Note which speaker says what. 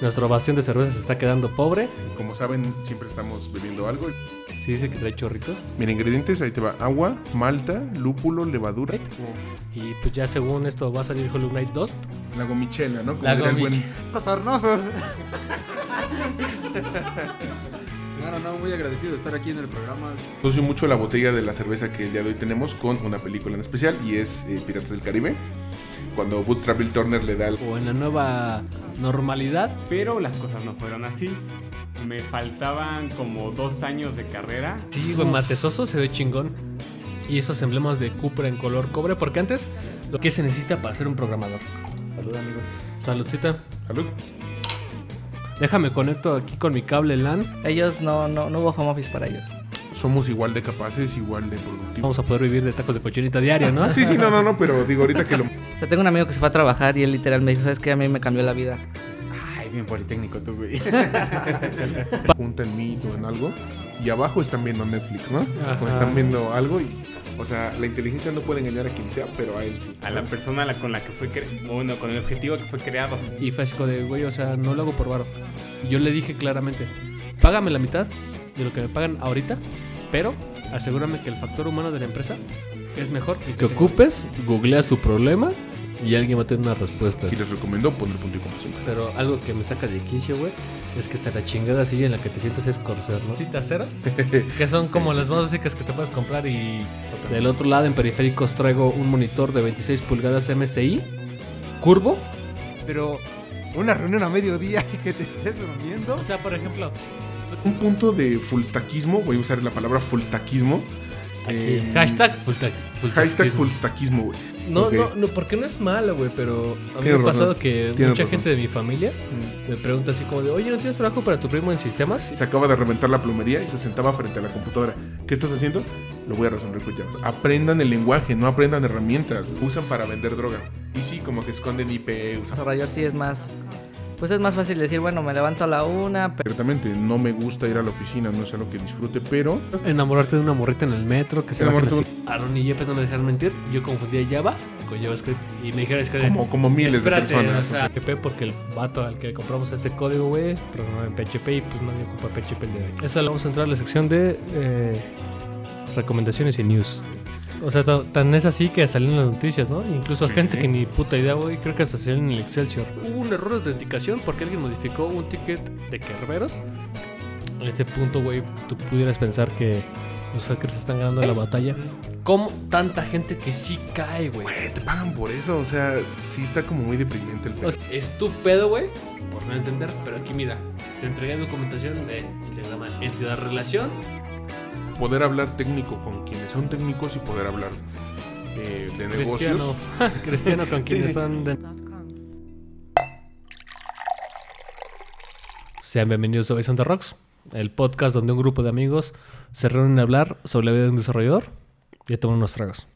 Speaker 1: Nuestra ovación de cerveza se está quedando pobre.
Speaker 2: Como saben, siempre estamos bebiendo algo.
Speaker 1: Sí dice que trae chorritos.
Speaker 2: Mira, ingredientes, ahí te va. Agua, malta, lúpulo, levadura.
Speaker 1: Right. Y pues ya según esto va a salir Hollow Knight 2.
Speaker 2: La gomichela, ¿no? Como
Speaker 1: La
Speaker 2: diría el
Speaker 1: gomich-
Speaker 3: Los hornosos. Claro, no, muy agradecido de estar aquí en el programa.
Speaker 2: Asocio mucho la botella de la cerveza que el día de hoy tenemos con una película en especial y es eh, Piratas del Caribe. Cuando Bootstrap Bill Turner le da el...
Speaker 1: O en la nueva normalidad.
Speaker 4: Pero las cosas no fueron así. Me faltaban como dos años de carrera.
Speaker 1: Sí, güey, matesoso se ve chingón. Y esos emblemas de Cupra en color cobre, porque antes lo que se necesita para ser un programador.
Speaker 3: Salud, amigos.
Speaker 1: Saludcita.
Speaker 2: Salud.
Speaker 1: Déjame conecto aquí con mi cable LAN.
Speaker 5: Ellos no, no, no hubo home office para ellos.
Speaker 2: Somos igual de capaces, igual de productivos.
Speaker 1: Vamos a poder vivir de tacos de cochinita diario, ¿no?
Speaker 2: Sí, sí, no, no, no, pero digo ahorita que lo...
Speaker 5: O sea, tengo un amigo que se fue a trabajar y él literal me dijo, ¿sabes qué? A mí me cambió la vida.
Speaker 4: Ay, bien politécnico tú, güey.
Speaker 2: junta en Meet o en algo y abajo están viendo Netflix, ¿no?
Speaker 1: Ajá.
Speaker 2: O están viendo algo y... O sea, la inteligencia no puede engañar a quien sea, pero a él sí.
Speaker 4: A la persona la- con la que fue cre- bueno, con el objetivo que fue creado.
Speaker 1: Y Fasco de, güey, o sea, no lo hago por varo. Y yo le dije claramente, págame la mitad de lo que me pagan ahorita, pero asegúrame que el factor humano de la empresa es mejor que el que tengo".
Speaker 6: ocupes, googleas tu problema y alguien va a tener una respuesta.
Speaker 2: Y les recomiendo poner punto y coma siempre.
Speaker 6: Pero algo que me saca de quicio, güey, es que hasta la chingada silla en la que te sientas es Corsair, ¿no?
Speaker 1: Ahorita cero, que son como las más básicas que te puedes comprar. Y
Speaker 6: Del otro lado, en periféricos, traigo un monitor de 26 pulgadas MSI, curvo.
Speaker 3: Pero una reunión a mediodía y que te estés durmiendo.
Speaker 1: o sea, por ejemplo,
Speaker 2: Un punto de fullstackismo, voy a usar la palabra fullstackismo. eh,
Speaker 1: hashtag full stack, full
Speaker 2: Hashtag
Speaker 1: stackismo.
Speaker 2: fullstackismo, güey.
Speaker 6: No,
Speaker 2: Ok.
Speaker 6: no, no, porque no es malo, güey, pero a mí me
Speaker 2: Tienes
Speaker 6: ha pasado
Speaker 2: razón,
Speaker 6: que
Speaker 2: tienes
Speaker 6: mucha
Speaker 2: razón.
Speaker 6: gente de mi familia
Speaker 3: Mm.
Speaker 6: me pregunta así como de, oye, ¿no tienes trabajo para tu primo en sistemas?
Speaker 2: Se acaba de reventar la plomería y se sentaba frente a la computadora. ¿Qué estás haciendo? Lo voy a resolver con llaves. Aprendan el lenguaje, no aprendan herramientas. Usan para vender droga. Y sí, como que esconden IP,
Speaker 5: O sea,
Speaker 2: usan...
Speaker 5: para ellos sí es más... Pues es más fácil decir, bueno, me levanto a la una, pero
Speaker 2: Ciertamente, no me gusta ir a la oficina, no es algo que disfrute, pero
Speaker 1: enamorarte de una morrita en el metro, que se bajen
Speaker 2: Enamorarte de
Speaker 1: así. Aaron y Yepes no me dejaron mentir, yo confundía Java con JavaScript y me dijeron es que
Speaker 2: como, como miles
Speaker 1: Espérate,
Speaker 2: de personas.
Speaker 1: o sea, PHP porque el vato al que le compramos este código, güey, programaba en PHP y pues nadie ocupa PHP el día de hoy. Eso lo vamos a entrar a la sección de eh, recomendaciones y news. O sea, ta- tan es así que salen las noticias, ¿no? Incluso
Speaker 2: Sí,
Speaker 1: gente
Speaker 2: sí.
Speaker 1: que ni puta idea, güey, creo que hasta salió en el Excelsior. Hubo un error de autenticación porque alguien modificó un ticket de Kerberos. En ese punto, güey, tú pudieras pensar que los hackers están ganando la batalla. ¿Cómo tanta gente que sí cae, güey?
Speaker 2: Güey, te pagan por eso, o sea, sí está como muy deprimente el pedo.
Speaker 1: O sea, es tu pedo, güey, por no entender, pero aquí mira, te entregué documentación de se llama entidad relación.
Speaker 2: poder hablar técnico con quienes son técnicos y poder hablar eh, de
Speaker 1: Cristiano,
Speaker 2: negocios.
Speaker 1: Cristiano con quienes son de... Sean bienvenidos a Boys on the Rocks, el podcast donde un grupo de amigos se reúnen a hablar sobre la vida de un desarrollador y a tomar unos tragos.